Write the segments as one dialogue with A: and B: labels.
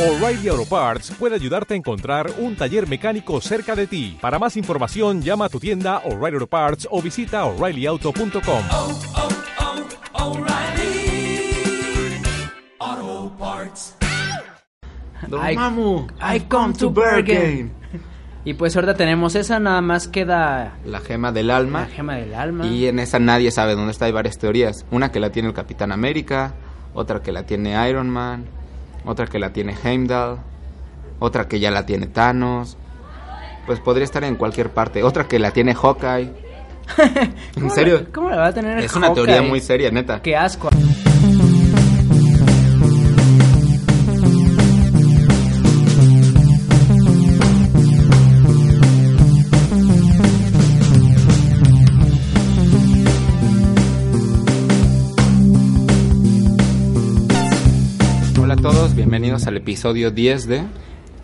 A: O'Reilly Auto Parts puede ayudarte a encontrar un taller mecánico cerca de ti. Para más información, llama a tu tienda O'Reilly Auto Parts o visita oreillyauto.com.
B: oh, oh, O'Reilly. Auto Parts.
C: Don
D: I-
C: Mamu,
D: I come to Bergen. Y pues ahorita tenemos esa, nada más queda
C: La gema del
D: la
C: alma.
D: gema del alma.
C: Y en esa nadie sabe dónde está. Hay varias teorías. Una que la tiene el Capitán América, otra que la tiene Iron Man, otra que la tiene Heimdall, otra que ya la tiene Thanos. Pues podría estar en cualquier parte. Otra que la tiene Hawkeye.
D: ¿Cómo
C: ¿En serio?
D: la- ¿Cómo la va a tener el
C: Es una
D: Hawkeye?
C: teoría muy seria, neta.
D: Qué asco.
C: Hola a todos, bienvenidos al episodio 10 de...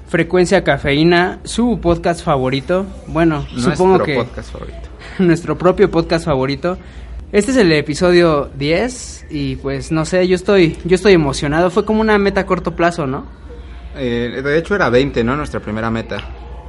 D: Frecuencia Cafeína, su podcast favorito. Bueno, supongo
C: nuestro
D: que
C: podcast favorito.
D: nuestro propio podcast favorito. Este es el episodio 10 y pues no sé, yo estoy yo estoy emocionado. Fue como una meta a corto plazo, ¿no?
C: Eh, de hecho era 20, ¿no? Nuestra primera meta.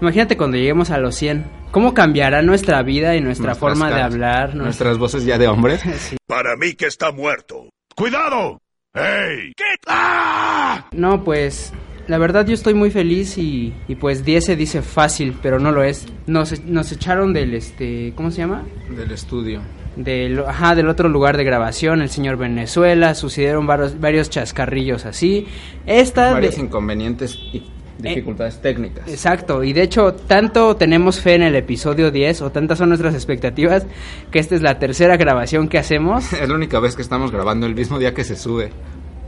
D: Imagínate cuando lleguemos a los 100. ¿Cómo cambiará nuestra vida y nuestra
C: Nuestras
D: forma de
C: caras,
D: hablar? nuestra-
C: Nuestras voces ya de hombres.
E: Para mí que está muerto. ¡Cuidado! ¡Ey! ¿Qué? ¡Ah!
D: No, pues la verdad yo estoy muy feliz y, y, pues 10 se dice fácil, pero no lo es. Nos, e- nos echaron del, este, ¿cómo se llama?
C: Del estudio.
D: Del, ajá, del otro lugar de grabación, el señor Venezuela, sucedieron varios, varios chascarrillos así. Esta... de-
C: Varios inconvenientes
D: Eh,
C: y dificultades técnicas.
D: Exacto, y de hecho tanto tenemos fe en el episodio 10 o tantas son nuestras expectativas que esta es la tercera grabación que hacemos.
C: Es la única vez que estamos grabando el mismo día que se sube.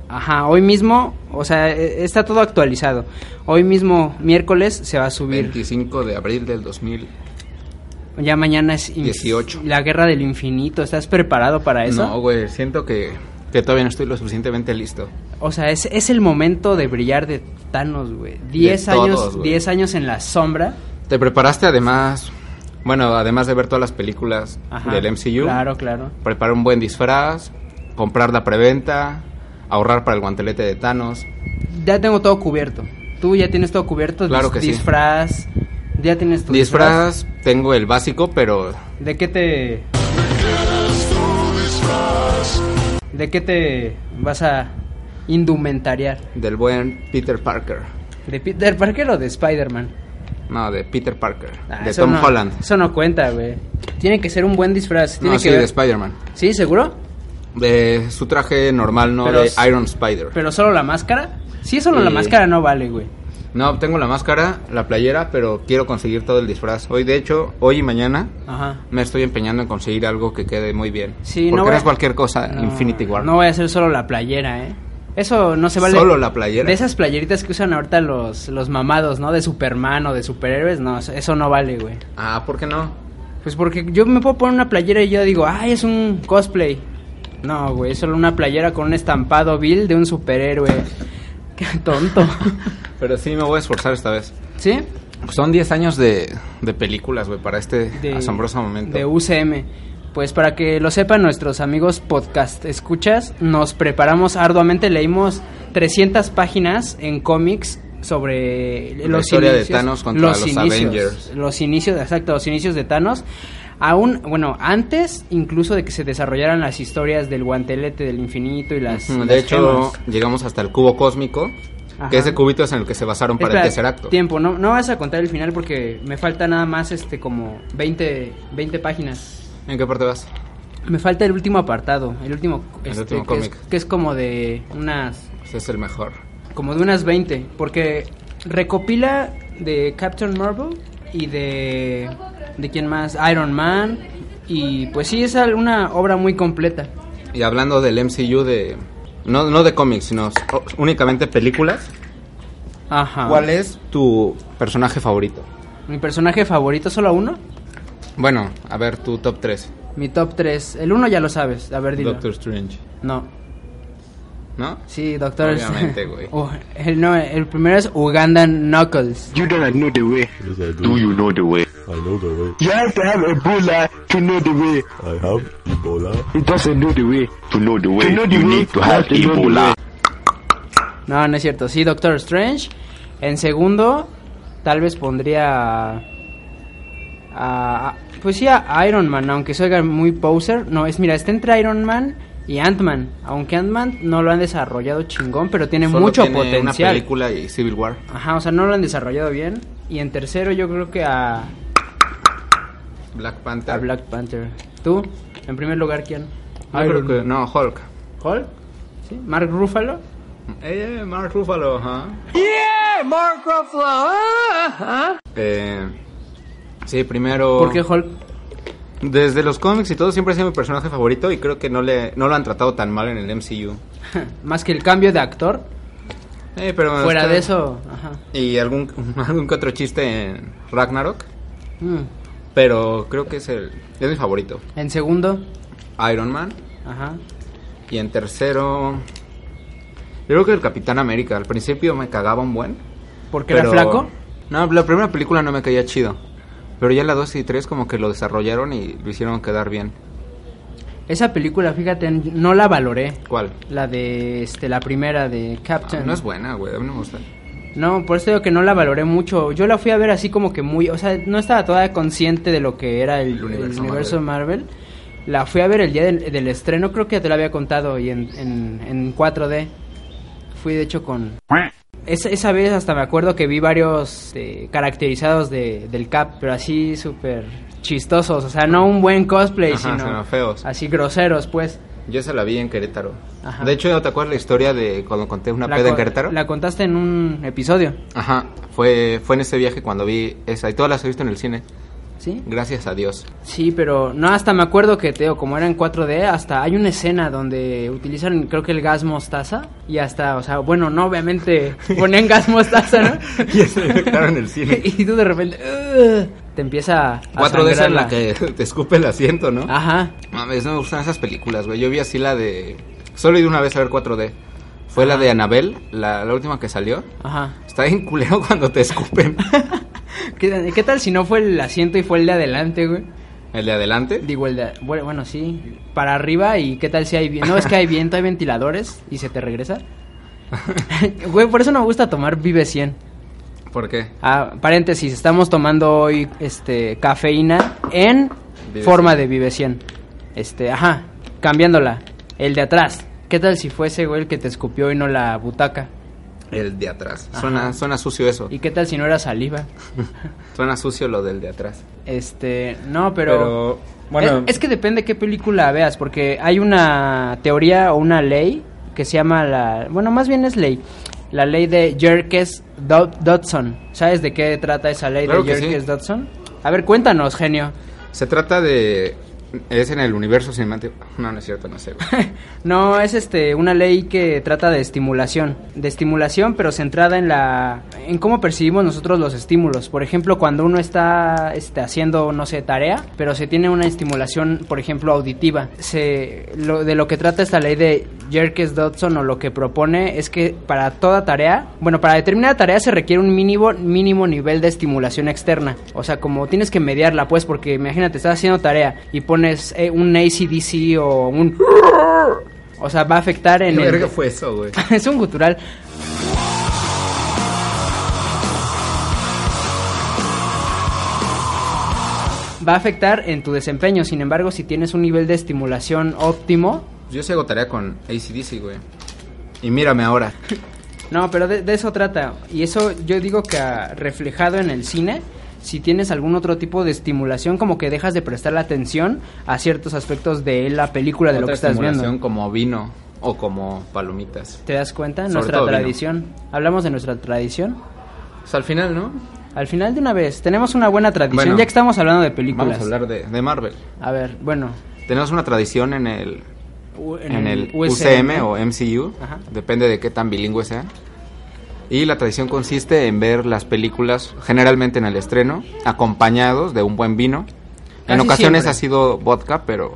D: Ajá, hoy mismo, o sea, e- está todo actualizado. Hoy mismo, miércoles, se va a subir
C: 25 de abril del 2018.
D: Ya mañana es in-
C: 18.
D: la guerra del infinito. ¿Estás preparado para eso?
C: No, güey, siento que, que todavía no estoy lo suficientemente listo.
D: o sea, es, es el momento de brillar de Thanos, güey. 10
C: todos,
D: años,
C: güey.
D: 10 años en la sombra.
C: ¿Te preparaste además? Bueno, además de ver todas las películas
D: Ajá,
C: del MCU.
D: Claro, claro.
C: Preparar un buen disfraz, comprar la preventa, ahorrar para el guantelete de Thanos.
D: Ya tengo todo cubierto. Tú ya tienes todo cubierto.
C: Claro
D: dis-
C: que sí.
D: Disfraz. Ya tienes tu disfraz.
C: Disfraz, tengo el básico, pero
D: ¿De qué te. ¿De qué te vas a indumentariar?
C: del buen Peter Parker.
D: ¿De Peter Parker o de Spider-Man?
C: No, de Peter Parker.
D: Ah,
C: de
D: eso
C: Tom
D: no-
C: Holland.
D: Eso no cuenta, güey. Tiene que ser un buen disfraz. Tiene
C: No,
D: que
C: sí,
D: ver-
C: de Spider-Man.
D: ¿Sí, seguro?
C: De su traje normal, no
D: Pero
C: de
D: s-
C: Iron Spider.
D: ¿Pero solo la máscara? Sí, solo la
C: Eh.
D: máscara no vale, güey.
C: No, tengo la máscara, la playera, pero quiero conseguir todo el disfraz. Hoy, de hecho, hoy y mañana
D: Ajá.
C: me estoy empeñando en conseguir algo que quede muy bien.
D: Sí,
C: Porque no
D: no voy-
C: es cualquier cosa,
D: Ah, No,
C: Infinity War.
D: No voy a hacer solo la playera, ¿eh? Eso no se vale.
C: ¿Solo la playera?
D: De esas playeritas que usan ahorita los, los mamados, ¿no? De Superman o de superhéroes. No, eso- eso no vale, güey.
C: Ah, ¿por qué no?
D: Pues porque yo me puedo poner una playera y yo digo, ay, es un cosplay. No, güey, es solo una playera con un estampado vil de un superhéroe. Qué tonto.
C: Pero sí me voy a esforzar esta vez.
D: ¿Sí?
C: Son 10 años de, de películas, güey, para este
D: de-
C: asombroso momento.
D: De UCM. Pues para que lo sepan nuestros amigos podcast escuchas, nos preparamos arduamente, leímos 300 páginas en cómics sobre
C: La
D: los
C: historia de
D: inicios,
C: Thanos contra los Avengers.
D: Los inicios, exacto, los inicios de Thanos. Aún, bueno, antes incluso de que se desarrollaran las historias del guantelete del infinito y las...
C: Mm,
D: y
C: de
D: las
C: hecho,
D: gemas.
C: llegamos hasta el cubo cósmico,
D: Ajá.
C: que ese cubito es en el que se basaron para
D: Espera,
C: el tercer acto.
D: Tiempo, no, no vas a contar el final porque me falta nada más este como 20, 20 páginas.
C: ¿En qué parte vas?
D: Me falta el último apartado, el último,
C: El
D: este,
C: último
D: que, es,
C: cómic.
D: que es como de unas,
C: Ese es el mejor.
D: como de unas 20, porque recopila de Captain Marvel y de, de quién más, Iron Man, y pues sí, es al- una obra muy completa.
C: Y hablando del MCU de... No, no de cómics, sino oh, únicamente películas.
D: Ajá.
C: ¿Cuál es tu personaje favorito?
D: Mi personaje favorito, solo uno,
C: Bueno, a ver, tu top 3.
D: mi top 3, el uno ya lo sabes, a ver, dilo.
C: Doctor Strange.
D: No,
C: ¿No?
D: sí, Doctor.
C: Obviamente, güey.
D: Oh, el, no, el primero es Ugandan Knuckles.
F: You don't know the way.
G: Yes, I do.
F: Do you know the way?
G: I know the way.
F: You have to have Ebola to know the way.
G: I have Ebola.
F: It doesn't know the way. To know the way,
H: To know the
F: you
H: way,
F: need to
H: you
F: have
H: have to know the
F: Ebola.
D: No, no es cierto. Sí, Doctor Strange. En segundo, tal vez pondría. a- a- pues sí, a Iron Man, aunque se oiga muy poser. No, es mira, está entre Iron Man y Ant-Man. Aunque Ant-Man no lo han desarrollado chingón, pero tiene
C: Solo
D: mucho
C: tiene Una
D: potencial.
C: película y Civil War.
D: Ajá, o sea, no lo han desarrollado bien. Y en tercero, yo creo que a,
C: Black
D: a
C: Panther.
D: Black Panther. ¿Tú? En primer lugar, ¿quién?
C: Yo creo que- no, Hulk.
D: ¿Hulk? ¿Sí? ¿Mark Ruffalo?
C: Eh, Mark Ruffalo, ajá.
D: ¡Yeah! ¡Mark Ruffalo!
C: Eh, sí, primero.
D: ¿Por qué Hulk?
C: Desde los cómics y todo siempre ha sido mi personaje favorito y creo que no le no lo han tratado tan mal en el MCU.
D: Más que el cambio de actor.
C: Eh, pero
D: Fuera
C: está-
D: de eso. Ajá.
C: Y algún, algún que otro chiste en Ragnarok.
D: Mm.
C: Pero creo que es el es mi favorito.
D: En segundo.
C: Iron Man.
D: Ajá.
C: Y en tercero. Yo creo que el Capitán América. Al principio me cagaba un buen.
D: ¿Porque
C: pero-
D: era flaco?
C: No, la primera película no me caía chido. Pero ya la 2 y 3 como que lo desarrollaron y lo hicieron quedar bien.
D: Esa película, fíjate, no la valoré.
C: ¿Cuál?
D: La de este, la primera de
C: Ah,
D: Captain.
C: no es buena, güey. A mí no me gusta.
D: No, por eso digo que no la valoré mucho. Yo la fui a ver así como que muy, o sea, no estaba toda consciente de lo que era el,
C: El universo
D: el universo Marvel. La fui a ver el día del, del estreno, creo que ya te la había contado, y en, en, en 4D. Fui de hecho con... Es- esa vez hasta me acuerdo que vi varios eh, caracterizados de, del Cap, pero así súper chistosos, o sea, no un buen cosplay,
C: Ajá,
D: sino
C: sino feos.
D: así groseros, pues.
C: Yo se la vi en Querétaro.
D: Ajá.
C: De hecho, ¿te acuerdas la historia de cuando conté una
D: La
C: peda en
D: co-
C: Querétaro?
D: La contaste en un episodio,
C: Ajá, fue, fue en ese viaje cuando vi esa. Y todas las he visto en el cine.
D: ¿sí?
C: Gracias a Dios.
D: Sí, pero no, hasta me acuerdo que, Teo, como era en 4D, hasta hay una escena donde utilizan, creo que el gas mostaza, y hasta, o sea, bueno, no, obviamente ponen gas mostaza, ¿no?
C: Y eso lo dejaron en el cine.
D: y tú de repente, "Ugh", te empieza a. Ah.
C: Cuatro de esas en
D: sangrar
C: la que te escupe el asiento, ¿no?
D: Ajá.
C: Mames, no me gustan esas películas, güey. Yo vi así la de. Solo he ido una vez a ver 4D. Fue la de Anabel, la, la última que salió.
D: Ajá.
C: Está bien culero cuando te escupen.
D: ¿Qué, qué tal si no fue el asiento y fue el de adelante, güey?
C: El de adelante.
D: Digo, el de. Bueno, bueno, sí. Para arriba, y qué tal si hay. vi- No, es que hay viento, hay ventiladores, y se te regresa. güey, por eso no me gusta tomar Vive 100.
C: ¿Por qué?
D: Ah, paréntesis, estamos tomando hoy este cafeína en
C: Vive
D: forma
C: 100.
D: de Vive 100. Este, ajá, cambiándola. El de atrás. ¿Qué tal si fuese güey el que te escupió y no la butaca?
C: El de atrás.
D: Ajá.
C: Suena, suena sucio eso.
D: ¿Y qué tal si no era saliva?
C: Suena sucio lo del de atrás.
D: Este, no, pero,
C: Pero, bueno.
D: es, es que depende qué película veas, porque hay una teoría o una ley que se llama la, bueno, más bien es ley, la ley de Jerkes Dod- Dodson. ¿Sabes de qué trata esa ley
C: Claro
D: de
C: que sí.
D: Jerkes Dodson? A ver, cuéntanos, genio.
C: Se trata de. Es en el universo cinemático. No, no es cierto, no sé. güey.
D: No, es este una ley que trata de estimulación, de estimulación, pero centrada en la en cómo percibimos nosotros los estímulos. Por ejemplo, cuando uno está este, haciendo no sé tarea, pero se tiene una estimulación, por ejemplo, auditiva. Se lo, de lo que trata esta ley de Jerkes Dodson o lo que propone es que para toda tarea, bueno, para determinada tarea se requiere un mínimo mínimo nivel de estimulación externa. O sea, como tienes que mediarla, pues, porque imagínate estás haciendo tarea y pones eh, un ACDC o un o sea, va a afectar en
C: ¿Qué
D: el...
C: verga fue eso, güey?
D: es un gutural. Va a afectar en tu desempeño. Sin embargo, si tienes un nivel de estimulación óptimo...
C: Yo se agotaría con ACDC, güey. Y mírame ahora.
D: No, pero de, de eso trata. Y eso yo digo que ah, reflejado en el cine, si tienes algún otro tipo de estimulación, como que dejas de prestar la atención a ciertos aspectos de la película, de lo
C: Otra
D: que estás
C: estimulación
D: viendo.
C: como vino o como palomitas.
D: ¿Te das cuenta?
C: Sobre
D: Nuestra
C: todo vino.
D: tradición. Hablamos de nuestra tradición.
C: O sea, al final, ¿no?
D: Al final de una vez, tenemos una buena tradición,
C: Bueno,
D: ya que estamos hablando de películas.
C: Vamos a hablar de, de Marvel.
D: A ver, bueno.
C: Tenemos una tradición en el,
D: u-
C: en el UCM o MCU,
D: Ajá.
C: depende de qué tan bilingüe sea. Y la tradición consiste en ver las películas generalmente en el estreno, acompañados de un buen vino. En
D: Casi
C: ocasiones
D: siempre.
C: ha sido vodka, pero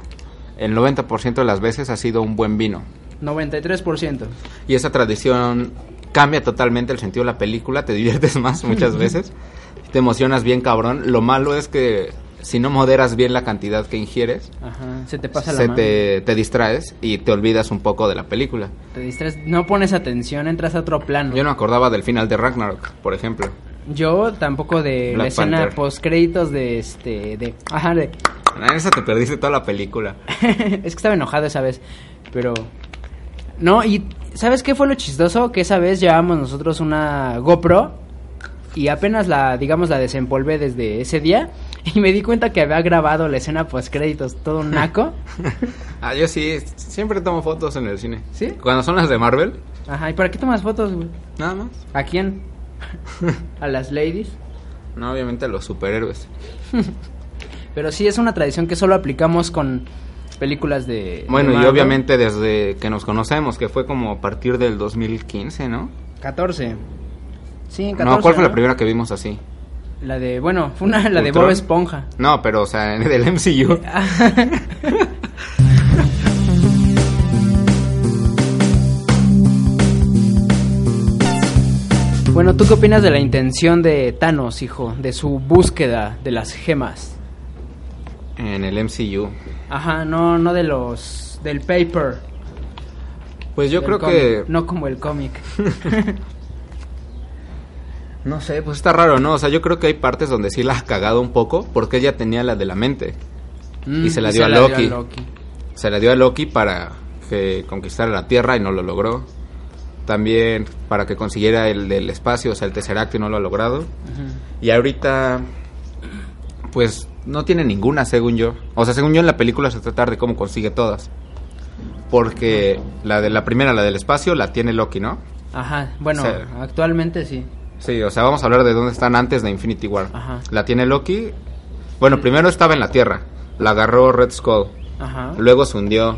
C: el 90% de las veces ha sido un buen vino.
D: 93%.
C: Y esa tradición cambia totalmente el sentido de la película, te diviertes más muchas veces, te emocionas bien cabrón. Lo malo es que si no moderas bien la cantidad que ingieres,
D: Ajá. Se te pasa la
C: se
D: mano.
C: te, te distraes y te olvidas un poco de la película.
D: Te distraes, no pones atención, entras a otro plano.
C: Yo no me acordaba del final de Ragnarok, por ejemplo.
D: Yo tampoco de la
C: Black
D: escena
C: Panther.
D: post créditos de este de ajá, de-
C: En esa te perdiste toda la película.
D: es que estaba enojado esa vez, pero no y ¿sabes qué fue lo chistoso? Que esa vez llevábamos nosotros una GoPro y apenas la digamos la desempolvé desde ese día y me di cuenta que había grabado la escena post créditos todo un naco.
C: Ah, yo sí, siempre tomo fotos en el cine.
D: ¿Sí?
C: Cuando son las de Marvel,
D: Ajá, ¿y para qué tomas fotos, güey?
C: nada más.
D: ¿A quién? ¿A las ladies?
C: No, obviamente los superhéroes.
D: Pero sí es una tradición que solo aplicamos con películas de
C: Bueno,
D: de
C: y
D: Marvel.
C: obviamente desde que nos conocemos, que fue como a partir del 2015, ¿no?
D: 14. Sí, 14.
C: no, ¿cuál fue
D: ¿no?
C: la primera que vimos así?
D: La de, bueno, fue una, la de
C: ¿Ultron?
D: Bob Esponja.
C: No, pero, o sea, en el MCU.
D: Bueno, ¿tú qué opinas de la intención de Thanos, hijo? De su búsqueda de las gemas.
C: En el MCU.
D: Ajá, no, no de los, del paper.
C: Pues yo
D: del
C: creo
D: cómic,
C: que...
D: No como el cómic.
C: No sé, pues está raro, ¿no? O sea, yo creo que hay partes donde sí la has cagado un poco porque ella tenía la de la mente.
D: Mm,
C: Y se la dio a Loki. Se la dio a Loki para que conquistara la Tierra y no lo logró. También para que consiguiera el del espacio, o sea, el Tesseract y no lo ha logrado. Y ahorita, pues no tiene ninguna, según yo. O sea, según yo en la película se trata de cómo consigue todas. Porque la de la primera, la del espacio, la tiene Loki, ¿no?
D: Ajá, bueno,
C: Sí.
D: actualmente sí.
C: Sí, o sea, vamos a hablar de dónde están antes de Infinity War.
D: Ajá.
C: La tiene Loki. Bueno, primero estaba en la Tierra. La agarró Red Skull.
D: Ajá.
C: Luego se hundió.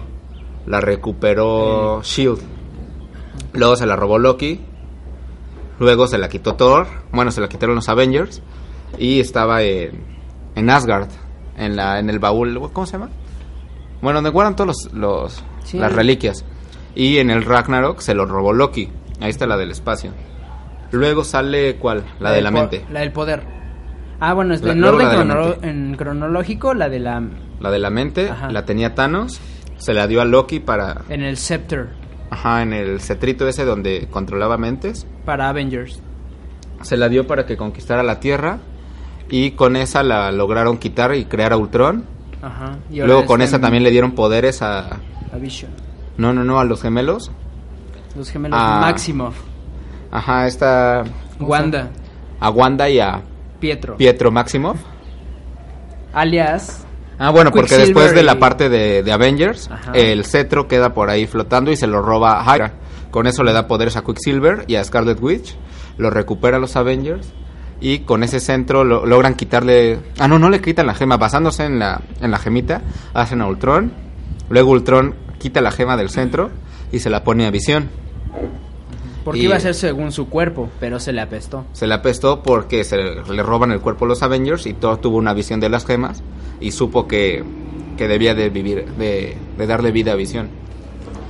C: La recuperó Shield. E Luego se la robó Loki. Luego se la quitó Thor. Bueno, se la quitaron los Avengers. Y estaba en, en Asgard. En, la, en el baúl. ¿Cómo se llama? Bueno, donde guardan todos los, los-
D: Sí.
C: las reliquias. Y en el Ragnarok se lo robó Loki. Ahí está la del espacio. Luego sale cuál? La, de
D: del
C: la
D: po-
C: mente.
D: La del poder. Ah, bueno, es
C: La-
D: en
C: luego
D: orden
C: la de la
D: cronolo-
C: mente.
D: en cronológico, la de la
C: La de la mente
D: Ajá. Eh,
C: la tenía Thanos. Se la dio a Loki para
D: en el Scepter
C: Ajá, en el cetrito ese donde controlaba mentes.
D: para Avengers.
C: Se la dio para que conquistara la Tierra. Y con esa la lograron quitar y crear a Ultron.
D: Ajá. Y ahora
C: Luego con
D: está
C: esa
D: en
C: también le dieron poderes a...
D: la Vision.
C: No, no, no, a los gemelos.
D: Los gemelos
C: Ah.
D: Máximo,
C: Ajá, esta...
D: Wanda,
C: A Wanda y a
D: Pietro,
C: Pietro Maximoff.
D: alias
C: Ah, bueno, porque
D: Quicksilver
C: después de
D: y-
C: la parte de, de Avengers,
D: Ajá.
C: el cetro queda por ahí flotando y se lo roba a Hydra. Con eso le da poderes a Quicksilver y a Scarlet Witch, lo recupera a los Avengers y con ese centro lo- logran quitarle... Ah, no, no le quitan la gema, basándose en la, en la gemita, hacen a Ultron, luego Ultron quita la gema del centro y se la pone a Visión.
D: porque
C: Y-
D: iba a ser según su cuerpo, pero se le apestó.
C: Se la apestó porque se le roban el cuerpo a los Avengers y Thor tuvo una visión de las gemas y supo que, que debía de vivir, de, de darle vida a Visión.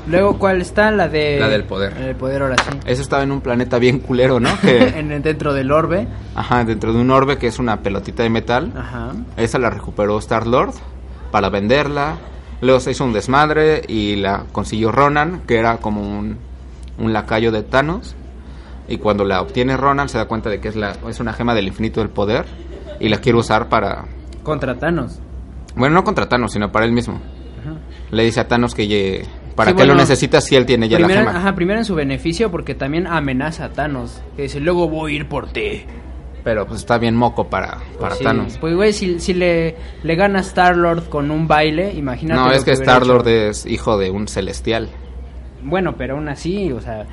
D: Luego cuál está la de
C: La del poder. Eh.
D: La del poder ahora sí.
C: Eso estaba en un planeta bien culero, ¿no? Que-
D: En- dentro del orbe.
C: ajá, dentro de un orbe que es una pelotita de metal.
D: Ajá.
C: Esa la recuperó Star-Lord para venderla. Luego se hizo un desmadre y la consiguió Ronan, que era como un, un lacayo de Thanos. Y cuando la obtiene Ronan se da cuenta de que es, la, es una gema del infinito del poder y la quiere usar para...
D: Contra Thanos.
C: Bueno, no contra Thanos, sino para él mismo. Le dice a Thanos que ye- para
D: Sí,
C: qué lo
D: bueno,
C: necesita si él tiene ya
D: primero,
C: la gema.
D: ajá, primero en su beneficio porque también amenaza a Thanos, que dice, "Luego voy a ir por ti."
C: Pero pues está bien moco para, para
D: Sí,
C: Thanos.
D: Pues, güey, si, si le, le gana Star-Lord con un baile, imagínate.
C: No,
D: lo
C: es que
D: hubiera
C: Star-Lord
D: hecho.
C: es hijo de un celestial.
D: Bueno, pero aún así, o sea,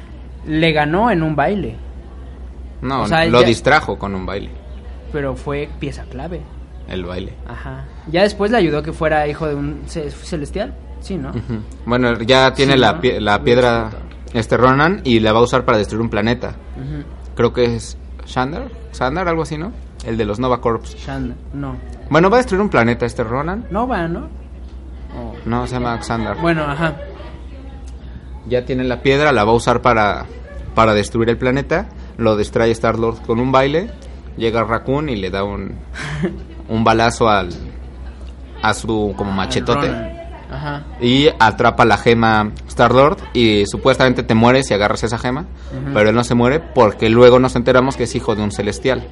D: le ganó en un baile,
C: No,
D: O sea,
C: lo
D: ya-
C: distrajo con un baile,
D: pero fue pieza clave.
C: el baile.
D: Ajá. Ya después le ayudó que fuera hijo de un ce- celestial. Sí, ¿no?
C: Ujú. Mm. Bueno, ya tiene
D: Sí,
C: la,
D: ¿no?
C: pie- la
D: Lo
C: piedra
D: explota.
C: este Ronan y la va a usar para destruir un planeta.
D: Ujú.
C: Creo que es Shander, Shander, algo así, ¿no? El de los Nova Corps.
D: Shanda. No.
C: Bueno, va a destruir un planeta este Ronan.
D: Nova, ¿no? Oh.
C: No, se llama Xander.
D: Bueno, ajá.
C: Ya tiene la piedra, la va a usar para, para destruir el planeta. Lo distrae Star-Lord con un baile. Llega Raccoon y le da un, un balazo al, a su como machetote.
D: Ronan. Ajá.
C: Y atrapa la gema Star-Lord y supuestamente te mueres y agarras esa gema, pero él no se muere porque luego nos enteramos que es hijo de un celestial,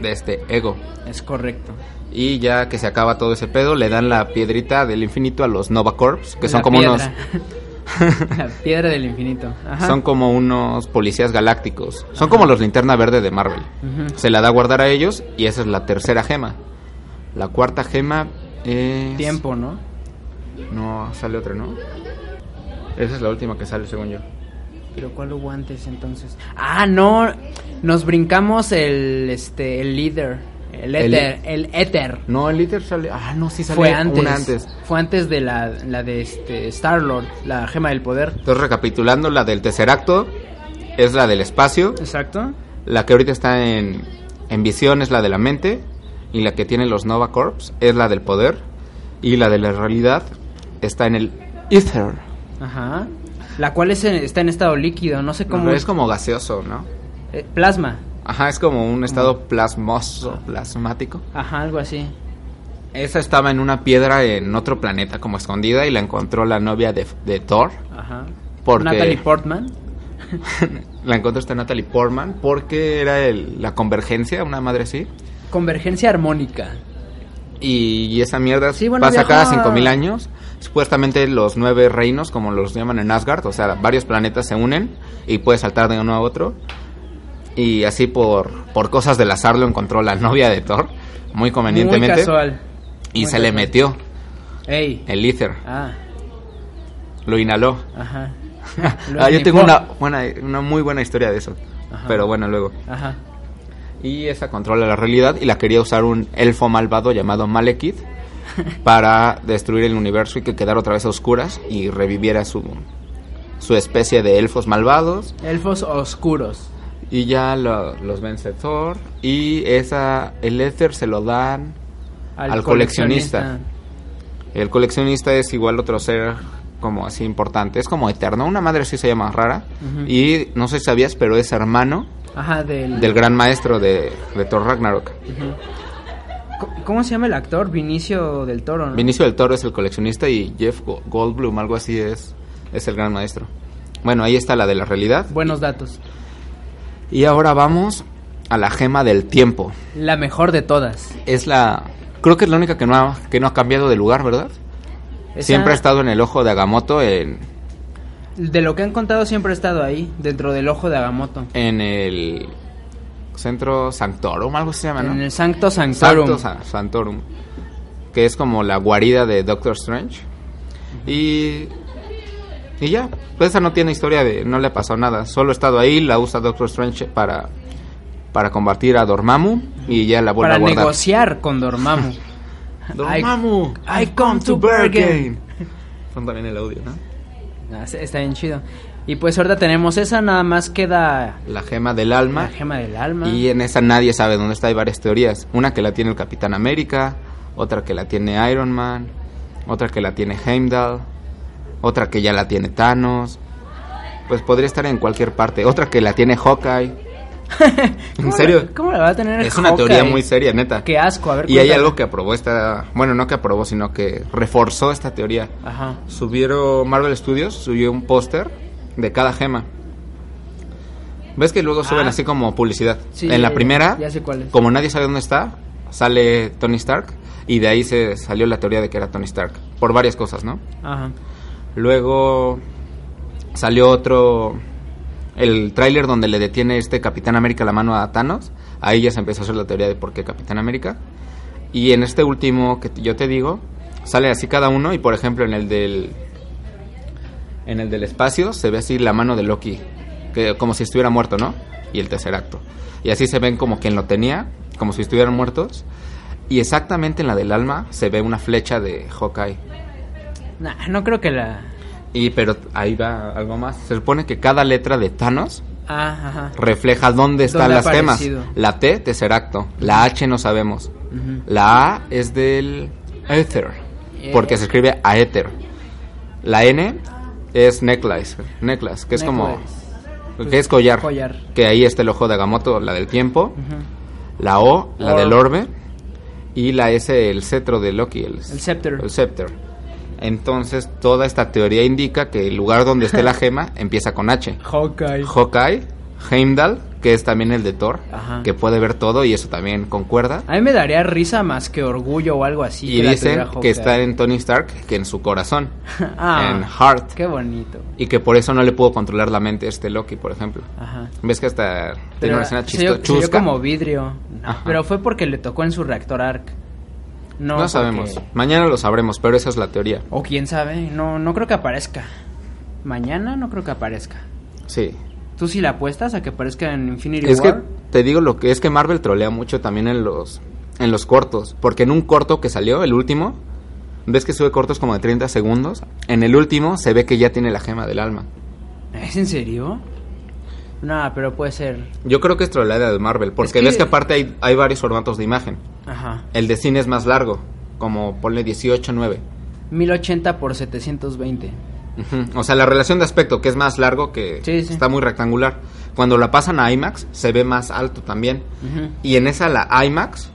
C: de este ego.
D: Es correcto.
C: Y ya que se acaba todo ese pedo, le dan la piedrita del infinito a los Nova Corps, que son
D: La
C: como
D: piedra.
C: unos
D: La piedra del infinito. Ajá.
C: son como unos policías galácticos. Son como los linterna verde de Marvel.
D: Ujú.
C: Se la da a guardar a ellos y esa es la tercera gema. La cuarta gema es...
D: Tiempo, ¿no?
C: No, sale otra, ¿no? Esa es la última que sale, según yo.
D: Pero ¿cuál hubo antes entonces? Ah, no. Nos brincamos el este el líder, el
C: El-
D: éter, el éter.
C: No, el líder sale... Ah, no, sí sale
D: Fue antes,
C: una antes.
D: Fue antes de la, la de este Star Lord, la gema del poder.
C: Entonces, recapitulando, la del tercer acto es la del espacio.
D: Exacto.
C: La que ahorita está en, en visión es la de la mente. Y la que tienen los Nova Corps es la del poder. Y la de la realidad está en el ether.
D: Ajá. La cual es en- está en estado líquido, no sé cómo
C: Pero es como gaseoso, ¿no?
D: eh, plasma.
C: Ajá, es como un estado plasmoso, plasmático.
D: Ajá, algo así.
C: Esa estaba en una piedra en otro planeta como escondida y la encontró la novia de, de Thor.
D: Ajá.
C: Porque-
D: Natalie Portman.
C: La encontró esta Natalie Portman porque era el- la convergencia, una madre así.
D: Convergencia armónica.
C: Y esa mierda
D: Sí, bueno,
C: pasa cada
D: viajaba.
C: 5000 años. Supuestamente los nueve reinos, como los llaman en Asgard, o sea, varios planetas se unen y puedes saltar de uno a otro. Y así por, por cosas del azar lo encontró la novia de Thor, muy convenientemente.
D: Muy casual.
C: y
D: muy
C: se le
D: casual.
C: metió
D: Ey.
C: el ether,
D: pues- Ah,
C: lo inhaló.
D: ajá. Lo
C: ah, yo tengo
D: esnifó.
C: una, buena, una muy buena historia de eso,
D: Ajá.
C: pero bueno, luego.
D: Ajá.
C: Y esa controla la realidad y la quería usar un elfo malvado llamado Malekith para destruir el universo y que quedara otra vez a oscuras y reviviera su, su especie de elfos malvados.
D: Elfos oscuros.
C: Y ya lo- los vence Thor y esa, el éter se lo dan. Al coleccionista. El coleccionista es igual otro ser como así importante, es como eterno, una madre sí se llama rara.
D: Ujú.
C: Y no sé si sabías, pero es hermano
D: Ajá, del...
C: del gran maestro de, de Thor Ragnarok.
D: Co- ¿Cómo se llama el actor? Vinicio del Toro, ¿no?
C: Vinicio del Toro es el coleccionista y Jeff Go- Goldblum, algo así es, es el gran maestro. Bueno, ahí está la de la realidad.
D: Buenos datos.
C: Y ahora vamos a la gema del tiempo.
D: La mejor de todas.
C: Es la... Creo que es la única que no ha, que no ha cambiado de lugar, ¿verdad?
D: Esa-
C: Siempre ha estado en el ojo de Agamotto en,
D: De lo que han contado siempre ha estado ahí, dentro del ojo de Agamotto.
C: en el centro Sanctorum, algo se llama, Ah, ¿no?
D: En el Sancto Sanctorum.
C: Santo Sa- Santorum, que es como la guarida de Doctor Strange. Y y ya, pues esa no tiene historia de no le pasó nada, solo ha estado ahí, la usa Doctor Strange para para combatir a Dormammu y ya la vuelve
D: para
C: a guardar.
D: negociar con Dormammu.
C: Dormammu,
D: I- I come to Bergen.
C: Son también el audio, ¿no?
D: Ah, se- Está bien chido. Y pues ahorita tenemos esa, nada más queda
C: La gema del
D: la
C: alma
D: gema del alma.
C: y eh, en esa nadie sabe dónde está, hay varias teorías, una que la tiene el Capitán América, otra que la tiene Iron Man, otra que la tiene Heimdall, otra que ya la tiene Thanos. Pues podría estar en cualquier parte, otra que la tiene Hawkeye.
D: ¿Cómo
C: ¿En
D: la-
C: serio?
D: ¿Cómo la va a tener
C: Es una
D: Hawkeye?
C: teoría muy seria, neta.
D: Qué asco, a ver.
C: Y hay
D: cuéntame.
C: algo que aprobó esta, bueno, no que aprobó, sino que reforzó esta teoría.
D: Ajá.
C: Subieron Marvel Studios, subió un póster de cada gema. ¿Ves que luego suben
D: Ah.
C: así como publicidad?
D: Sí,
C: en
D: ya,
C: la
D: ya,
C: primera,
D: ya sé cuál es.
C: como nadie sabe dónde está, sale Tony Stark y de ahí se salió la teoría de que era Tony Stark por varias cosas, ¿no?
D: Ajá.
C: Luego salió otro el tráiler donde le detiene este Capitán América la mano a Thanos. Ahí ya se empezó a hacer la teoría de por qué Capitán América. Y en este último que t- yo te digo, sale así cada uno y por ejemplo en el del en el del espacio se ve así la mano de Loki, que como si estuviera muerto, ¿no? Y el tercer acto. Y así se ven como quien lo tenía, como si estuvieran muertos. Y exactamente en la del alma se ve una flecha de Hawkeye.
D: Nah, no creo que la.
C: Y pero ahí va algo más. Se supone que cada letra de Thanos
D: Ah, ajá.
C: refleja dónde están
D: ¿Dónde ha
C: las gemas.
D: aparecido?
C: La T, Tesseracto. La H no sabemos.
D: Ujú.
C: La A es del Aether,
D: Eh.
C: porque se escribe Aether. La N es Necklace, necklace que es
D: Necklace.
C: como que es collar,
D: collar.
C: que ahí está el ojo de Agamotto, la del tiempo.
D: Ujú.
C: La O, la
D: Orb.
C: del orbe. y la S, el cetro de Loki. El,
D: El scepter.
C: El scepter. Entonces, toda esta teoría indica que el lugar donde esté la gema empieza con H.
D: Hawkeye.
C: Hawkeye, Heimdall, que es también el de Thor,
D: Ajá.
C: que puede ver todo y eso también concuerda.
D: A mí me daría risa más que orgullo o algo así.
C: Y
D: que la
C: dicen
D: tuviera
C: que
D: Hawkeye.
C: está en Tony Stark, que en su corazón,
D: Ah,
C: en Heart,
D: Qué bonito.
C: y que por eso no le pudo controlar la mente a este Loki, por ejemplo.
D: Ajá.
C: Ves que hasta tiene una escena
D: se vio-
C: chistosa.
D: se vio como vidrio. No,
C: Ajá.
D: pero fue porque le tocó en su reactor arc. No,
C: No,
D: porque-
C: sabemos. Mañana lo sabremos, pero esa es la teoría.
D: O quién sabe. No, no creo que aparezca. Mañana no creo que aparezca.
C: Sí.
D: ¿Tú sí la apuestas a que aparezca en Infinity
C: Es que
D: War?
C: te digo lo que es que Marvel trolea mucho también en los en los cortos, porque en un corto que salió, el último, ves que sube cortos como de 30 segundos, en el último se ve que ya tiene la gema del alma.
D: ¿Es en serio? No, pero puede ser.
C: Yo creo que es troleada de Marvel, porque
D: Es que-
C: ves que aparte hay, hay varios formatos de imagen.
D: Ajá.
C: El de cine es más largo, como ponle 18, 9.
D: 1080 por 720.
C: Ujú. O sea, la relación de aspecto, que es más largo, que
D: Sí, sí.
C: está muy rectangular. Cuando la pasan a IMAX, se ve más alto también.
D: Ujú.
C: Y en esa, la IMAX,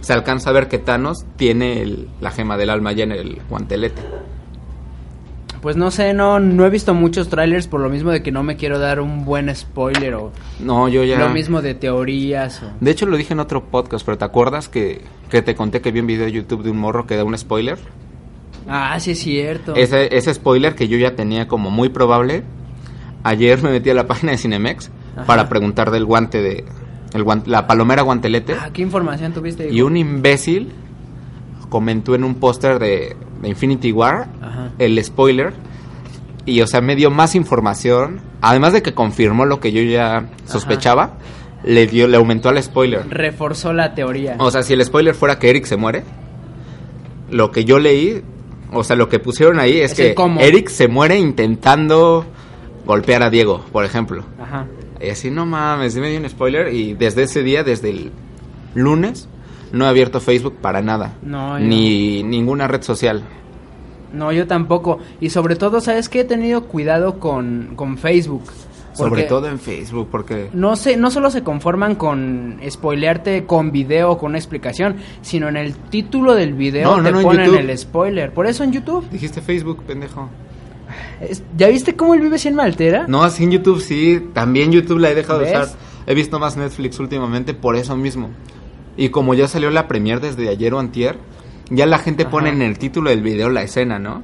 C: se alcanza a ver que Thanos tiene el- la gema del alma ya en el guantelete.
D: Pues no sé, no, no he visto muchos trailers por lo mismo de que no me quiero dar un buen spoiler o
C: No, yo ya...
D: lo mismo de teorías. O...
C: De hecho, lo dije en otro podcast, pero ¿te acuerdas que, que te conté que vi un video de YouTube de un morro que da un spoiler?
D: Ah, sí es cierto.
C: Ese, ese spoiler que yo ya tenía como muy probable, ayer me metí a la página de Cinemex
D: Ajá.
C: para preguntar del guante de... el guan- la palomera guantelete.
D: Ah, ¿qué información tuviste?
C: Y un imbécil comentó en un póster de, de Infinity War
D: Ajá.
C: el spoiler. Y, o sea, me dio más información. Además de que confirmó lo que yo ya sospechaba, le dio le aumentó al spoiler.
D: Reforzó la teoría.
C: O sea, si el spoiler fuera que Eric se muere, lo que yo leí, o sea, lo que pusieron ahí es,
D: Es el
C: que
D: cómo.
C: Eric se muere intentando golpear a Diego, por ejemplo.
D: Ajá.
C: Y así, no mames, me dio un spoiler. Y desde ese día, desde el lunes, no he abierto Facebook para nada.
D: No, yo-
C: Ni ninguna red social.
D: No, yo tampoco. Y sobre todo, ¿sabes qué? He tenido cuidado con, con Facebook.
C: Sobre
D: Porque
C: todo en Facebook, porque...
D: No, se, no solo se conforman con spoilearte con video o con una explicación, sino en el título del video
C: No, no,
D: te
C: no, en
D: ponen
C: YouTube.
D: el spoiler. Por eso en YouTube.
C: Dijiste Facebook, pendejo.
D: Es- ¿Ya viste cómo él vive sin maltera?
C: No, así en YouTube sí. También YouTube la he dejado de
D: ¿Ves?
C: usar. He visto más Netflix últimamente por eso mismo. Y como ya salió la premier desde ayer o antier, ya la gente pone
D: Ajá.
C: en el título del video la escena, ¿no?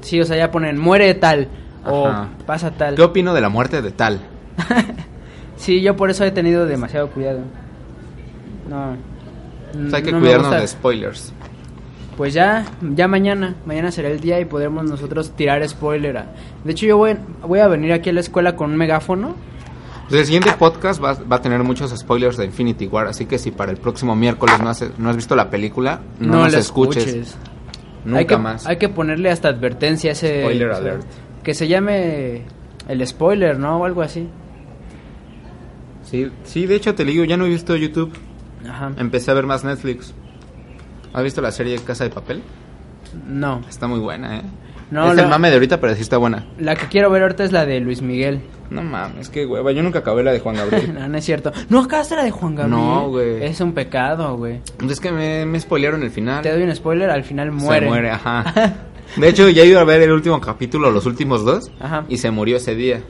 D: Sí, o sea, ya ponen muere tal o
C: Ajá.
D: pasa tal.
C: ¿Qué opino de la muerte de tal?
D: Sí, yo por eso he tenido demasiado cuidado. No.
C: O sea, hay que
D: Mm, no me
C: cuidarnos
D: gusta.
C: de spoilers.
D: Pues ya, ya mañana, mañana será el día y podremos nosotros tirar spoiler. a- De hecho, yo voy, voy a venir aquí a la escuela con un megáfono.
C: Pues el siguiente podcast va, va a tener muchos spoilers de Infinity War, así que si para el próximo miércoles no has, no has visto la película, no, nos
D: la
C: escuches. Nunca
D: hay que,
C: más.
D: Hay que ponerle hasta advertencia a ese.
C: Spoiler
D: o sea,
C: alert.
D: Que se llame el spoiler, ¿no? O algo así.
C: Sí, Em- sí, de hecho te digo, ya no he visto YouTube.
D: Ajá.
C: Empecé a ver más Netflix. ¿Has visto la serie Casa de Papel?
D: No.
C: Está muy buena, ¿eh?
D: No,
C: es
D: la-
C: el mame de ahorita, pero sí está buena.
D: La que quiero ver ahorita es la de Luis Miguel.
C: No mames, qué hueva. Yo nunca acabé la de Juan Gabriel.
D: no, no es cierto. No acabaste la de Juan Gabriel.
C: No, güey.
D: Es un pecado, güey.
C: Pues es que me, me spoilearon el final.
D: Te doy un spoiler, al final muere.
C: Se muere, ajá. De hecho, ya iba a ver el último capítulo, los últimos dos,
D: Ajá.
C: y se murió ese día.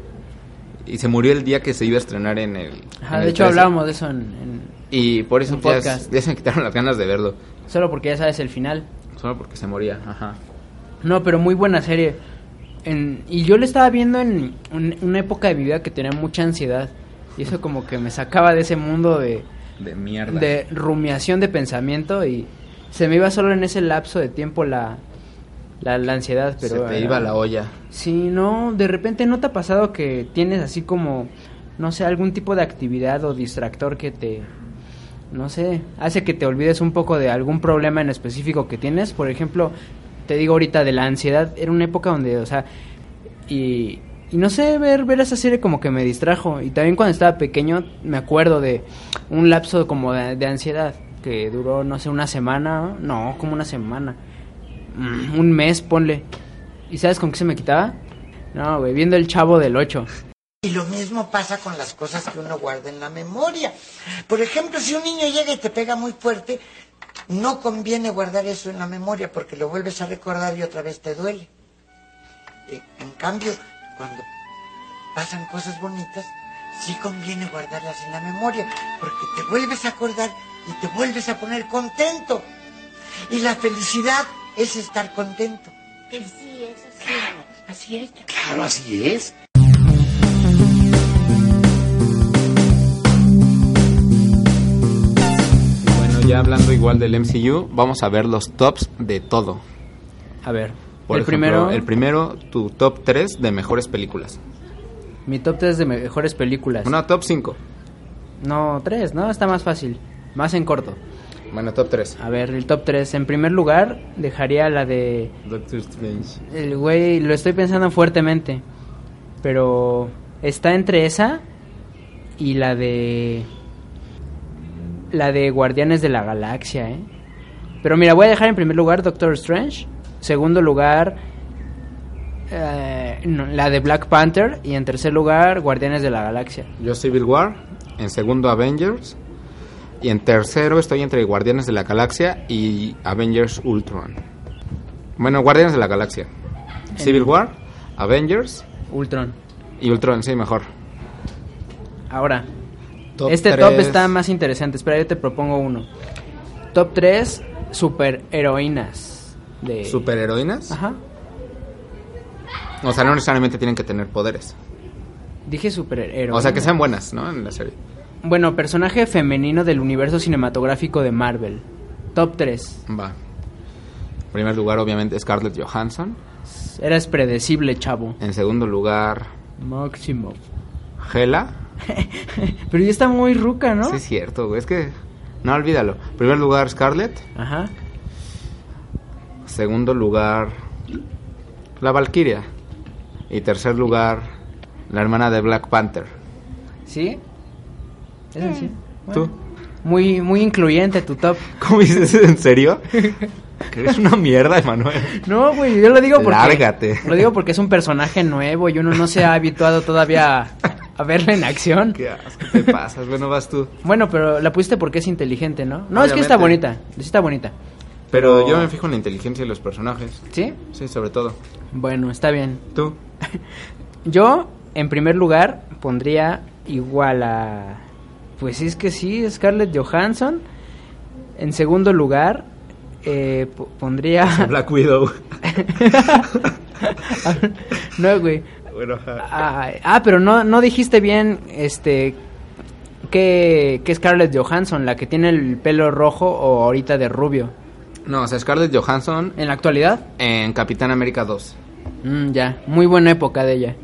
C: Y se murió el día que se iba a estrenar en el.
D: Ajá,
C: en
D: de
C: el 13.
D: hecho hablábamos de eso en, en-
C: Y por eso
D: en
C: ya,
D: podcast.
C: ya se me quitaron las ganas de verlo.
D: Solo porque ya sabes el final.
C: Solo porque se moría, ajá.
D: No, pero muy buena serie. En- y yo la estaba viendo en un- una época de mi vida que tenía mucha ansiedad. Y eso como que me sacaba de ese mundo de,
C: De mierda.
D: de rumiación de pensamiento y se me iba solo en ese lapso de tiempo la, la, la ansiedad. Pero
C: se te
D: era-
C: iba la olla.
D: Sí, no, de repente no te ha pasado que tienes así como, no sé, algún tipo de actividad o distractor que te, no sé, hace que te olvides un poco de algún problema en específico que tienes. Por ejemplo, te digo ahorita de la ansiedad, era una época donde, o sea, y, y no sé, ver, ver esa serie como que me distrajo. Y también cuando estaba pequeño me acuerdo de un lapso como de, de ansiedad que duró, no sé, una semana, no, como una semana, Mm, un mes, ponle. ¿Y sabes con qué se me quitaba? No, güey, viendo el chavo del 8.
G: Y lo mismo pasa con las cosas que uno guarda en la memoria. Por ejemplo, si un niño llega y te pega muy fuerte, No conviene guardar eso en la memoria porque lo vuelves a recordar y otra vez te duele. E- En cambio, cuando pasan cosas bonitas, sí conviene guardarlas en la memoria porque te vuelves a acordar y te vuelves a poner contento. Y la felicidad es estar contento.
H: Que sí, eso sí.
G: Así es.
I: Claro, así es.
C: Bueno, ya hablando igual del MCU, vamos a ver los tops de todo.
D: A ver,
C: Por
D: el
C: ejemplo,
D: primero,
C: El primero, tu top 3 de mejores películas.
D: mi top 3 de mejores películas.
C: Bueno, top 5.
D: No, 3, ¿no? Está más fácil, más en corto.
C: Bueno, top 3.
D: A ver, el top 3. En primer lugar, dejaría la de...
C: Doctor Strange.
D: El güey, lo estoy pensando fuertemente, pero está entre esa y la de... La de Guardianes de la Galaxia, ¿eh? Pero mira, voy a dejar en primer lugar Doctor Strange, segundo lugar eh, no, la de Black Panther y en tercer lugar Guardianes de la Galaxia.
C: Yo Civil War. En segundo, Avengers. Y en tercero estoy entre Guardianes de la Galaxia y Avengers Ultron. Bueno, Guardianes de la Galaxia. Civil War, Avengers
D: Ultron.
C: y Ultron, sí, mejor.
D: Ahora, este top
C: tres.
D: está más interesante. Espera, yo te propongo uno. Top 3 superheroínas de
C: ¿Superheroínas?
D: Ajá.
C: O sea, no necesariamente tienen que tener poderes.
D: Dije superheroínas.
C: O sea, que sean buenas, ¿no? En la serie.
D: Bueno, personaje femenino del universo cinematográfico de Marvel. Top 3.
C: Va. En primer lugar, obviamente, Scarlett Johansson.
D: Eras predecible, chavo.
C: En segundo lugar,
D: Máximo.
C: Hela.
D: Pero ya está muy ruca, ¿no?
C: Sí, es cierto, güey. Es que. No, olvídalo. En primer lugar, Scarlett.
D: Ajá.
C: Segundo lugar, la Valkyria. Y tercer lugar, la hermana de Black Panther.
D: ¿Sí? Es en sí.
C: Eh, ¿Tú?
D: Bueno. Muy, muy incluyente tu top.
C: ¿Cómo dices? ¿En serio? Que eres una mierda, Emanuel.
D: No, güey, yo lo digo porque.
C: Lárgate.
D: Lo digo porque es un personaje nuevo y uno no se ha habituado todavía a, a verla en acción.
C: Qué asco, te pasas. Bueno, vas tú.
D: Bueno, pero la pusiste porque es inteligente, ¿no? No, es que está
C: Obviamente.
D: bonita. Sí está bonita.
C: Pero yo me fijo en la inteligencia de los personajes.
D: ¿Sí?
C: Sí, sobre todo.
D: Bueno, está bien.
C: ¿Tú?
D: Yo, en primer lugar, pondría igual a. Pues es que sí, Scarlett Johansson. En segundo lugar, eh, po- pondría.
C: Black Widow.
D: no, güey.
C: Bueno, ajá.
D: Ah, ah, pero no, no dijiste bien, este. Que, que Scarlett Johansson, la que tiene el pelo rojo o ahorita de rubio.
C: No, o sea, Scarlett Johansson
D: En la actualidad,
C: en Capitán América 2.
D: mm, ya, muy buena época de ella.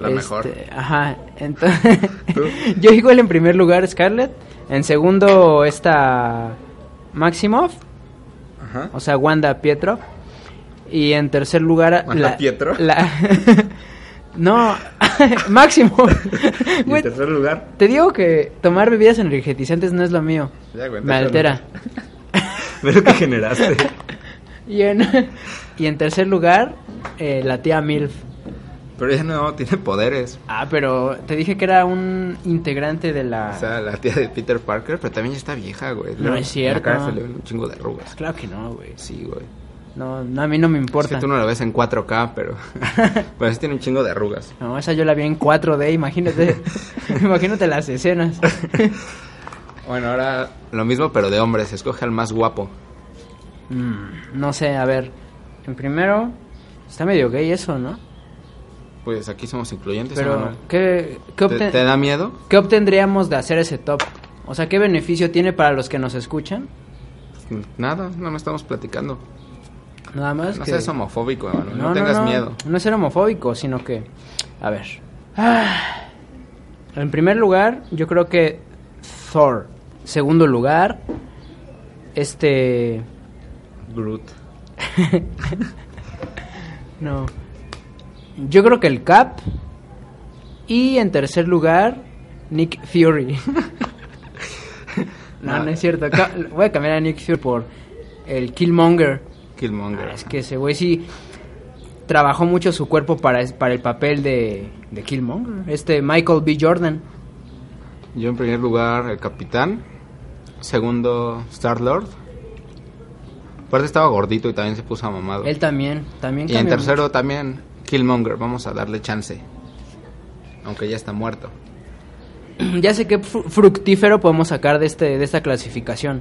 C: La
D: Este,
C: mejor.
D: Ajá. Entonces, yo igual en primer lugar Scarlett, en segundo esta Maximoff,
C: Ajá.
D: o sea Wanda Pietro, y en tercer lugar
C: Wanda Pietro.
D: la- no, Maximoff.
C: Y
D: Güey,
C: en tercer lugar,
D: te digo que tomar bebidas energetizantes no es lo mío.
C: Ya, güey,
D: Me
C: déjalo.
D: altera.
C: ve lo que generaste.
D: Y en, y en tercer lugar eh, la tía Milf.
C: Pero ella no tiene poderes.
D: Ah, pero te dije que era un integrante de la...
C: O sea, la tía de Peter Parker, pero también ya está vieja, güey.
D: No
C: Luego,
D: es cierto.
C: La cara se le ven un chingo de arrugas.
D: Claro que no, güey.
C: Sí, güey.
D: No, no, a mí no me
C: Es
D: importa.
C: que tú no la ves en 4K, pero. pero sí tiene un chingo de arrugas.
D: No, esa yo la vi en 4D, imagínate. imagínate las escenas.
C: Bueno, ahora lo mismo, pero de hombres. Escoge al más guapo.
D: Mm, no sé, a ver. En primero, está medio gay eso, ¿no?
C: Pues aquí somos incluyentes,
D: Pero,
C: Emanuel.
D: ¿qué, qué,
C: ¿Te-
D: obten-
C: ¿Te da miedo?
D: qué obtendríamos de hacer ese top? O sea, ¿qué beneficio tiene para los que nos escuchan?
C: Nada, no me estamos platicando.
D: Nada más
C: No
D: que...
C: seas homofóbico, Emanuel. No, tengas miedo.
D: No es ser homofóbico, sino que... A ver. Ah. En primer lugar, yo creo que Thor. Segundo lugar, este...
C: Groot.
D: No. Yo creo que el Cap. Y en tercer lugar, Nick Fury.
C: Ah.
D: no, no, es cierto. Ca- Voy a cambiar a Nick Fury por el Killmonger.
C: Killmonger.
D: Ah, Es que ese güey sí trabajó mucho su cuerpo para, es- para el papel de, de Killmonger. Este Michael B. Jordan.
C: Yo en primer lugar, el capitán. Segundo, Star Lord. Aparte estaba gordito y también se puso mamado.
D: Él también, también
C: y en
D: cambió
C: tercero también Killmonger, vamos a darle chance. Aunque ya está muerto.
D: mucho. Ya sé qué fru- fructífero podemos sacar de, este, de esta clasificación.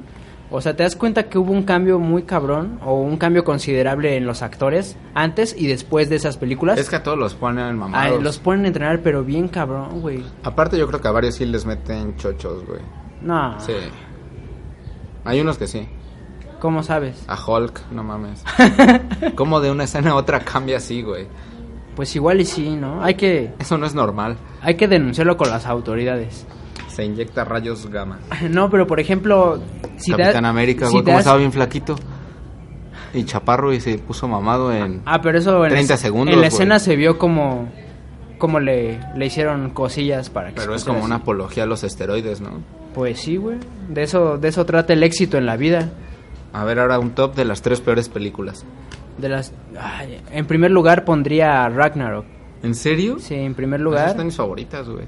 D: O sea, ¿te das cuenta que hubo un cambio muy cabrón o un cambio considerable en los actores antes y después de esas películas?
C: Es que a todos los ponen
D: Ay,
C: mamados.
D: los ponen a entrenar, pero bien cabrón, güey.
C: Aparte yo creo que a varios sí les meten chochos, güey.
D: No,
C: Sí. Hay unos que sí.
D: ¿cómo sabes?
C: A Hulk, no mames. ¿Cómo de una escena a otra cambia así, güey?
D: Pues igual y sí, ¿no? Hay que,
C: Eso no es normal.
D: hay que denunciarlo con las autoridades.
C: Se inyecta rayos gamma.
D: No, pero por ejemplo, Ah, si te das-
C: Capitán América,
D: si
C: güey,
D: te
C: como
D: das-
C: estaba bien flaquito. Y chaparro y se puso mamado en...
D: Ah, pero eso en
C: 30
D: la-
C: segundos,
D: En
C: güey.
D: la escena se vio como como le, le hicieron cosillas para que
C: Pero
D: se
C: es como
D: pusiera
C: una apología a los esteroides, ¿no?
D: así. Pues sí, güey. De eso de eso trata el éxito en la vida.
C: A ver, ahora un top de las tres peores películas.
D: De las ay, en primer lugar pondría a Ragnarok.
C: ¿En serio?
D: Sí, en primer
C: Esas
D: lugar.
C: están mis favoritas, güey.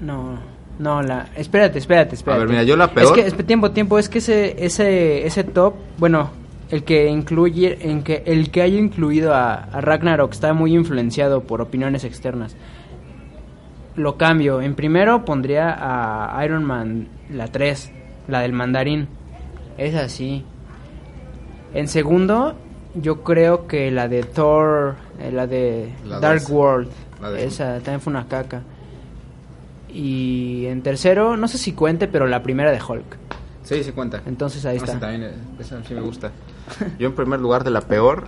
D: No, no, la. Espérate, espérate, espérate.
C: A ver, mira, yo la peor-
D: Es que, esp- tiempo, tiempo, es que ese, ese, ese top, bueno, el que incluye, en que, el que haya incluido a, a Ragnarok está muy influenciado por opiniones externas. Lo cambio. En primero pondría a Iron Man, la 3, la del mandarín. Es así. En segundo, yo creo que la de Thor, eh, la de
C: La
D: Dark
C: dos.
D: World.
C: La de-
D: Esa también fue una caca. Y en tercero, no sé si cuente, pero la primera de Hulk.
C: Sí, se cuenta.
D: Entonces ahí
C: Esa
D: está.
C: también, eh, esa sí me gusta. Yo en primer lugar de la peor,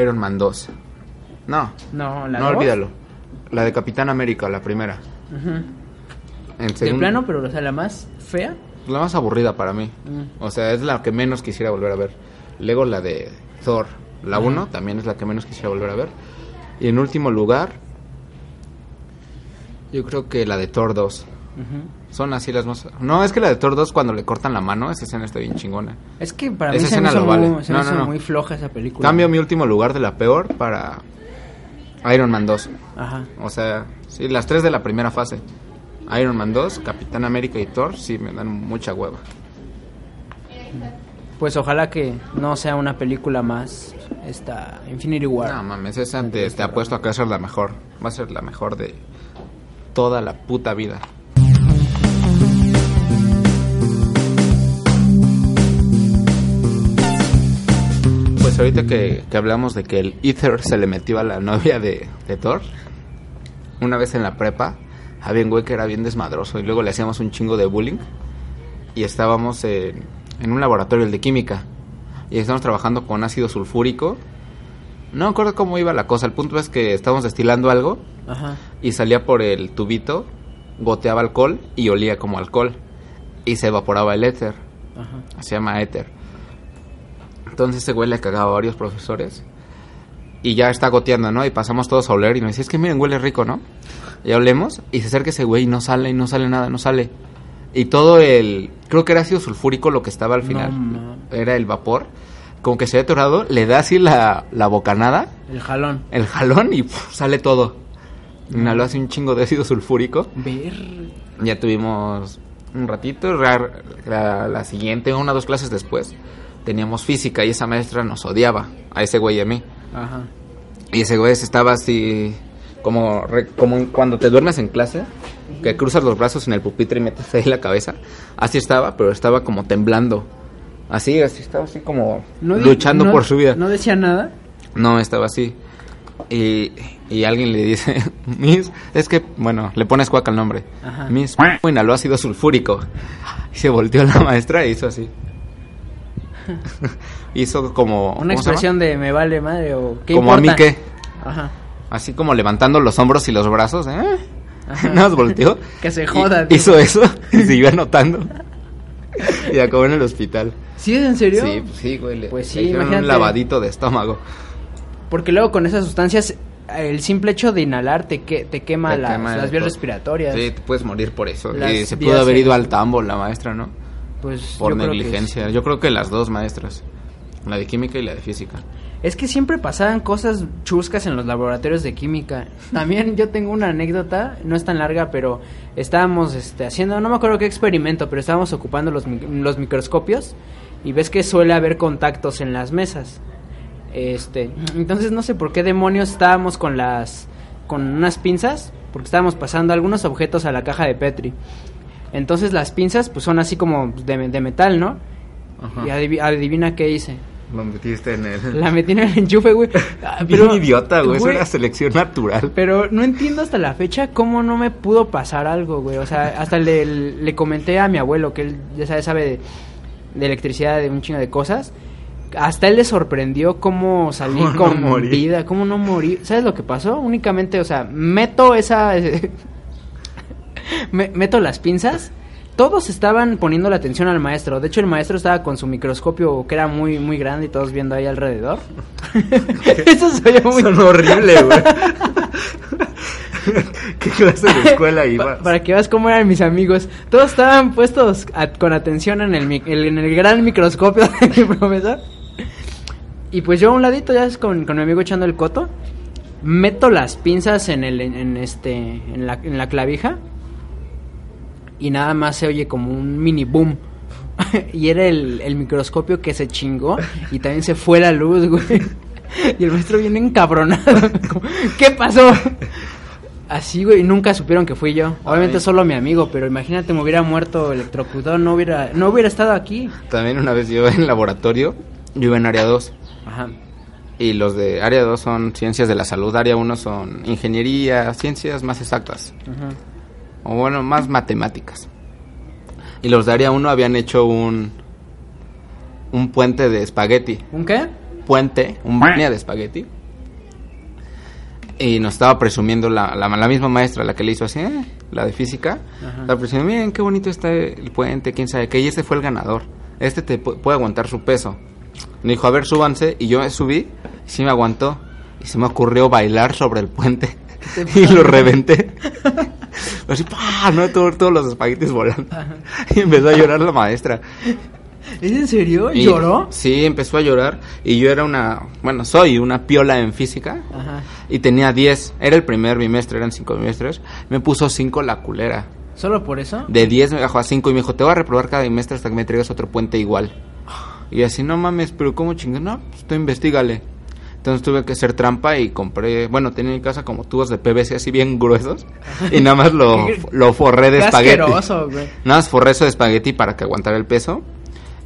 C: Iron Man 2. No,
D: No, la
C: no
D: dos.
C: olvídalo. La de Capitán América, la primera.
D: Ujú.
C: En
D: De
C: segundo-
D: plano, pero o sea, la más fea.
C: La más aburrida para mí. O sea, es la que menos quisiera volver a ver. Luego la de Thor, la 1, también es la que menos quisiera volver a ver. Y en último lugar, yo creo que la de Thor 2. Son así las más... No, es que la de Thor 2 cuando le cortan la mano, esa escena está bien chingona.
D: Es que para
C: Esa
D: mí se me
C: escena
D: hizo,
C: lo vale.
D: muy, se me
C: No, no,
D: hizo
C: no.
D: muy floja esa película.
C: Cambio mi último lugar de la peor para Iron Man 2.
D: Ajá.
C: O sea, sí, las tres de la primera fase. Iron Man 2, Capitán América y Thor, sí, me dan mucha hueva.
D: Pues ojalá que no sea una película más. Esta Infinity War.
C: No mames, esa te, te apuesto a que va a ser la mejor. Va a ser la mejor de toda la puta vida. Pues ahorita que, que hablamos de que el Ether se le metió a la novia de, de Thor, una vez en la prepa, había un güey que era bien desmadroso y luego le hacíamos un chingo de bullying y estábamos en, en un laboratorio, el de química, y estábamos trabajando con ácido sulfúrico no me acuerdo cómo iba la cosa. El punto es que estábamos destilando algo
D: Ajá.
C: y salía por el tubito, goteaba alcohol y olía como alcohol. Y se evaporaba el éter.
D: Ajá.
C: Se llama éter. Entonces ese güey le cagaba a varios profesores. Y ya está goteando, ¿no? Y pasamos todos a oler y nos dice, es que miren, huele rico, ¿no? Ya olemos y se acerca ese güey y no sale, y no sale nada, no sale. Y todo el... Creo que era ácido sulfúrico lo que estaba al
D: No
C: final.
D: mames.
C: era el vapor. Como que se había atorado, le da así la, la bocanada
D: El jalón.
C: el jalón y puf, sale todo. Inhaló así un chingo de ácido sulfúrico.
D: Ver.
C: Ya tuvimos un ratito, ra- la, la siguiente, una o dos clases después, teníamos física y esa maestra nos odiaba, a ese güey y a mí.
D: Ajá.
C: Y ese güey se estaba así, como, re- como cuando te duermes en clase, que cruzas los brazos en el pupitre y metes ahí la cabeza. Así estaba, pero estaba como temblando. Así, así estaba así como
D: No di-
C: luchando
D: no-
C: por su vida.
D: No decía nada.
C: No, estaba así. Y, y alguien le dice, Miss, es que, bueno, le pones cuaca el nombre.
D: Ajá.
C: Miss, inhaló ácido sulfúrico. Y se volteó la maestra e hizo así. hizo como...
D: Una
C: ¿cómo se llama?
D: expresión de me vale madre o qué
C: Como a mí
D: importa?
C: qué.
D: Ajá.
C: Así como levantando los hombros y los brazos. ¿eh?
D: Ajá.
C: Nos volteó.
D: Que se
C: y
D: joda, tío.
C: Hizo eso y siguió anotando. y acabó en el hospital.
D: ¿Sí es en serio?
C: Sí, pues sí, güey. le-
D: Pues
C: le
D: sí,
C: hicieron
D: imagínate.
C: un lavadito de estómago.
D: Porque luego con esas sustancias, el simple hecho de inhalar te, que, te quema,
C: Te
D: las,
C: quema
D: las
C: el
D: vías
C: cor-
D: respiratorias.
C: Sí, te puedes morir por eso.
D: Las
C: y se
D: vías
C: pudo haber ido
D: en-
C: al tambo la maestra, ¿no?
D: Pues
C: Por
D: yo creo que
C: negligencia. Yo creo que las dos maestras. La de química y la de física.
D: sí. Es que siempre pasaban cosas chuscas en los laboratorios de química. También yo tengo una anécdota, no es tan larga, pero estábamos este, haciendo, no me acuerdo qué experimento, pero estábamos ocupando los, mi- los microscopios y ves que suele haber contactos en las mesas. Este, entonces no sé por qué demonios estábamos con las con unas pinzas, porque estábamos pasando algunos objetos a la caja de Petri. Entonces las pinzas pues son así como de, de metal, ¿no?
C: Ajá.
D: Y adivi- adivina qué hice.
C: Lo metiste en el.
D: La metí en el enchufe, güey. Ah,
C: Bien idiota, güey. Es una selección natural.
D: Pero no entiendo hasta la fecha cómo no me pudo pasar algo, güey. O sea, hasta le, le comenté a mi abuelo, que él ya sabe, sabe de, de electricidad, de un chingo de cosas. Hasta él le sorprendió cómo salí
C: Cómo no
D: con
C: morí.
D: vida, cómo no morí. ¿Sabes lo que pasó? Únicamente, o sea, meto esa... me- meto las pinzas. Todos estaban poniendo la atención al maestro. De hecho, el maestro estaba con su microscopio que era muy muy grande y todos viendo ahí alrededor. Eso se oye muy
C: Son horrible, güey. ¿Qué clase de escuela
D: Pa-
C: iba?
D: para que veas cómo eran mis amigos. Todos estaban puestos a- con atención en el, mi- el- en el gran microscopio de mi profesor. Y pues yo a un ladito, ya es con, con mi amigo echando el coto, meto las pinzas en, el, en, en este, en, la, en la clavija y nada más se oye como un mini boom. y era el, el microscopio que se chingó y también se fue la luz, güey. Y el maestro viene encabronado. como, ¿Qué pasó? Así, güey, nunca supieron que fui yo. Obviamente
C: Ay.
D: solo mi amigo, pero imagínate me hubiera muerto electrocutado, no hubiera, no hubiera estado aquí.
C: También una vez yo en laboratorio, yo iba en área 2.
D: Ajá.
C: Y los de área 2 son ciencias de la salud, área 1 son ingeniería, ciencias más exactas. O bueno, más matemáticas. Y los de área 1 habían hecho un un puente de espagueti,
D: ¿Un qué?
C: puente, un línea de espagueti. Y nos estaba presumiendo la, la, la misma maestra, la que le hizo así, ¿eh? la de física. Estaba presumiendo, miren qué bonito está el puente, quién sabe qué. Y este fue el ganador. Este te pu- puede aguantar su peso. Me dijo, a ver, súbanse. Y yo me subí, y sí me aguantó. Y se me ocurrió bailar sobre el puente. y lo reventé. así, ¡pah! No, todo- todos los espaguetis volando. Y empezó a llorar la maestra.
D: ¿Es en serio?
C: Y-
D: ¿Lloró?
C: Sí, empezó a llorar. Y yo era una, bueno, soy una piola en física.
D: Ajá.
C: Y tenía 10. Era el primer bimestre, eran 5 bimestres. Me puso 5 la culera.
D: ¿Solo por eso?
C: De 10 me bajó a 5 y me dijo, te voy a reprobar cada bimestre hasta que me traigas otro puente igual. Y así, no mames, pero ¿cómo chingón? No, pues tú investigale. Entonces tuve que hacer trampa y compré, bueno, tenía en casa como tubos de PVC así bien gruesos y nada más lo, lo forré de
D: Qué
C: espagueti.
D: asqueroso, güey.
C: Nada más forré eso de espagueti para que aguantara el peso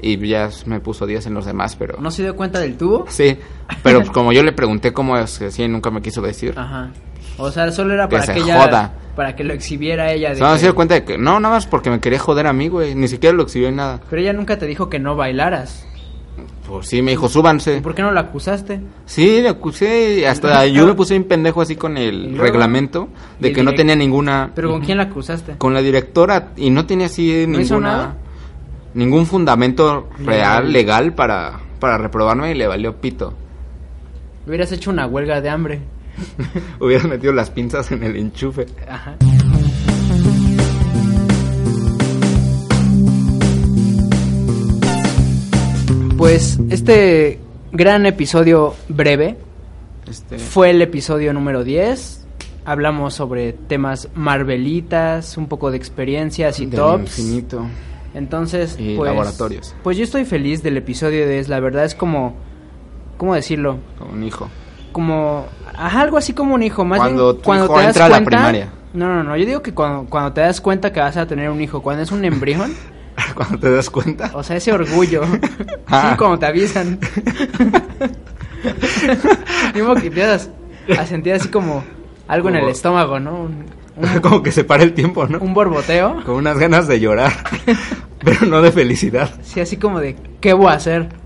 C: y ya me puso 10 en los demás, pero...
D: ¿No se dio cuenta del tubo?
C: Sí, pero pues como yo le pregunté cómo es que sí, nunca me quiso decir.
D: Ajá. O sea, solo era
C: Que
D: para
C: se
D: que ella.
C: joda.
D: Para que lo exhibiera ella.
C: O
D: de
C: sea, me
D: que-
C: se dio cuenta de que no, nada más porque me quería joder a mí, güey. Ni siquiera lo exhibió en nada.
D: Pero ella nunca te dijo que no bailaras.
C: Pues sí, me dijo,
D: ¿Y
C: súbanse.
D: por qué no la acusaste?
C: Sí, le acusé. y Hasta yo me puse un pendejo así con
D: ¿Y
C: el
D: luego?
C: reglamento de
D: ¿Y
C: que no
D: direct-
C: tenía ninguna.
D: ¿Pero con quién la acusaste?
C: Con la directora y no tenía así
D: ¿No
C: ninguna.
D: hizo nada?
C: Ningún fundamento real,
D: Legal.
C: legal para, para reprobarme y le valió pito.
D: Hubieras hecho una huelga de hambre.
C: Hubieras metido las pinzas en el enchufe.
D: Ajá. Pues este gran episodio breve
C: Este,
D: fue el episodio número 10. Hablamos sobre temas marvelitas, un poco de experiencias y
C: del
D: tops.
C: infinito.
D: Entonces,
C: Y
D: pues,
C: laboratorios.
D: Pues yo estoy feliz del episodio 10. La verdad es como. ¿Cómo decirlo?
C: Como un hijo.
D: Como. Ajá, algo así como un hijo. Más
C: Cuando
D: bien,
C: tu hijo entra a la primaria.
D: No, no, no. Yo digo que cuando, cuando te das cuenta que vas a tener un hijo, cuando es un embrión,
C: Cuando te das cuenta.
D: o sea, ese orgullo.
C: Ah.
D: Sí, cuando te avisan. Mismo que empiezas a sentir así como algo en el
C: Como-
D: estómago, ¿no? Un, un-
C: Como que se para el tiempo, ¿no?
D: un borboteo.
C: Con unas ganas de llorar, pero no de felicidad.
D: Sí, así como de, ¿qué voy a hacer?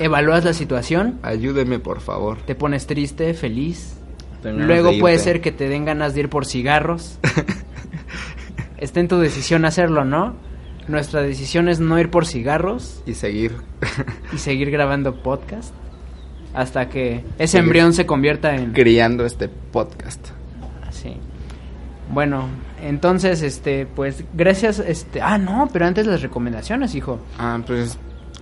D: Evalúas la situación,
C: Ayúdeme, por favor.
D: te pones triste, feliz.
C: Terminas
D: Luego
C: de
D: puede
C: irte.
D: ser que te den ganas de ir por cigarros. Está en tu decisión hacerlo, ¿no? Nuestra decisión es no ir por cigarros
C: Y seguir.
D: y seguir grabando podcast hasta que ese
C: Seguir.
D: embrión se convierta en...
C: criando este podcast.
D: Sí. Bueno, entonces, este, pues, gracias, este... Ah, no, pero antes las recomendaciones, hijo.
C: Ah, pues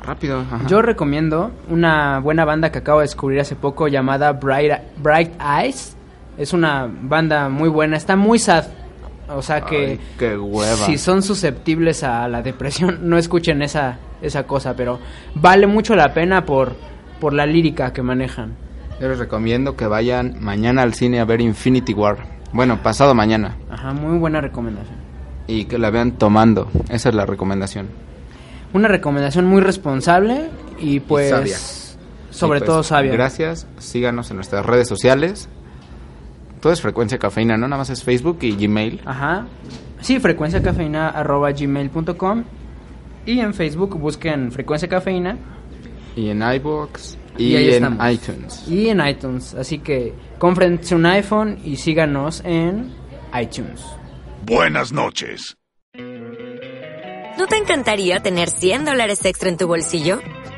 C: rápido. ajá.
D: Yo recomiendo una buena banda que acabo de descubrir hace poco llamada Bright, Bright Eyes. Es una banda muy buena, está muy sad. O sea que
C: Ay, qué hueva.
D: si son susceptibles a la depresión, no escuchen esa, esa cosa, pero vale mucho la pena por, por la lírica que manejan.
C: Yo les recomiendo que vayan mañana al cine a ver Infinity War. Bueno, pasado mañana.
D: Ajá, muy buena recomendación.
C: Y que la vean tomando. Esa es la recomendación.
D: Una recomendación muy responsable y pues
C: sabia.
D: sobre
C: Y pues,
D: todo sabia.
C: Gracias. Síganos en nuestras redes sociales. Todo es frecuencia cafeína, ¿no? Nada más es Facebook y Gmail.
D: Ajá. Sí, frecuenciacafeína.gmail.com y en Facebook busquen Frecuencia Cafeína
C: Y en iBooks. Y,
D: ahí
C: en
D: estamos.
C: iTunes.
D: Y en iTunes. Así que cómprense un iPhone y síganos en iTunes.
E: Buenas noches.
H: ¿No te encantaría tener 100 dólares extra en tu bolsillo?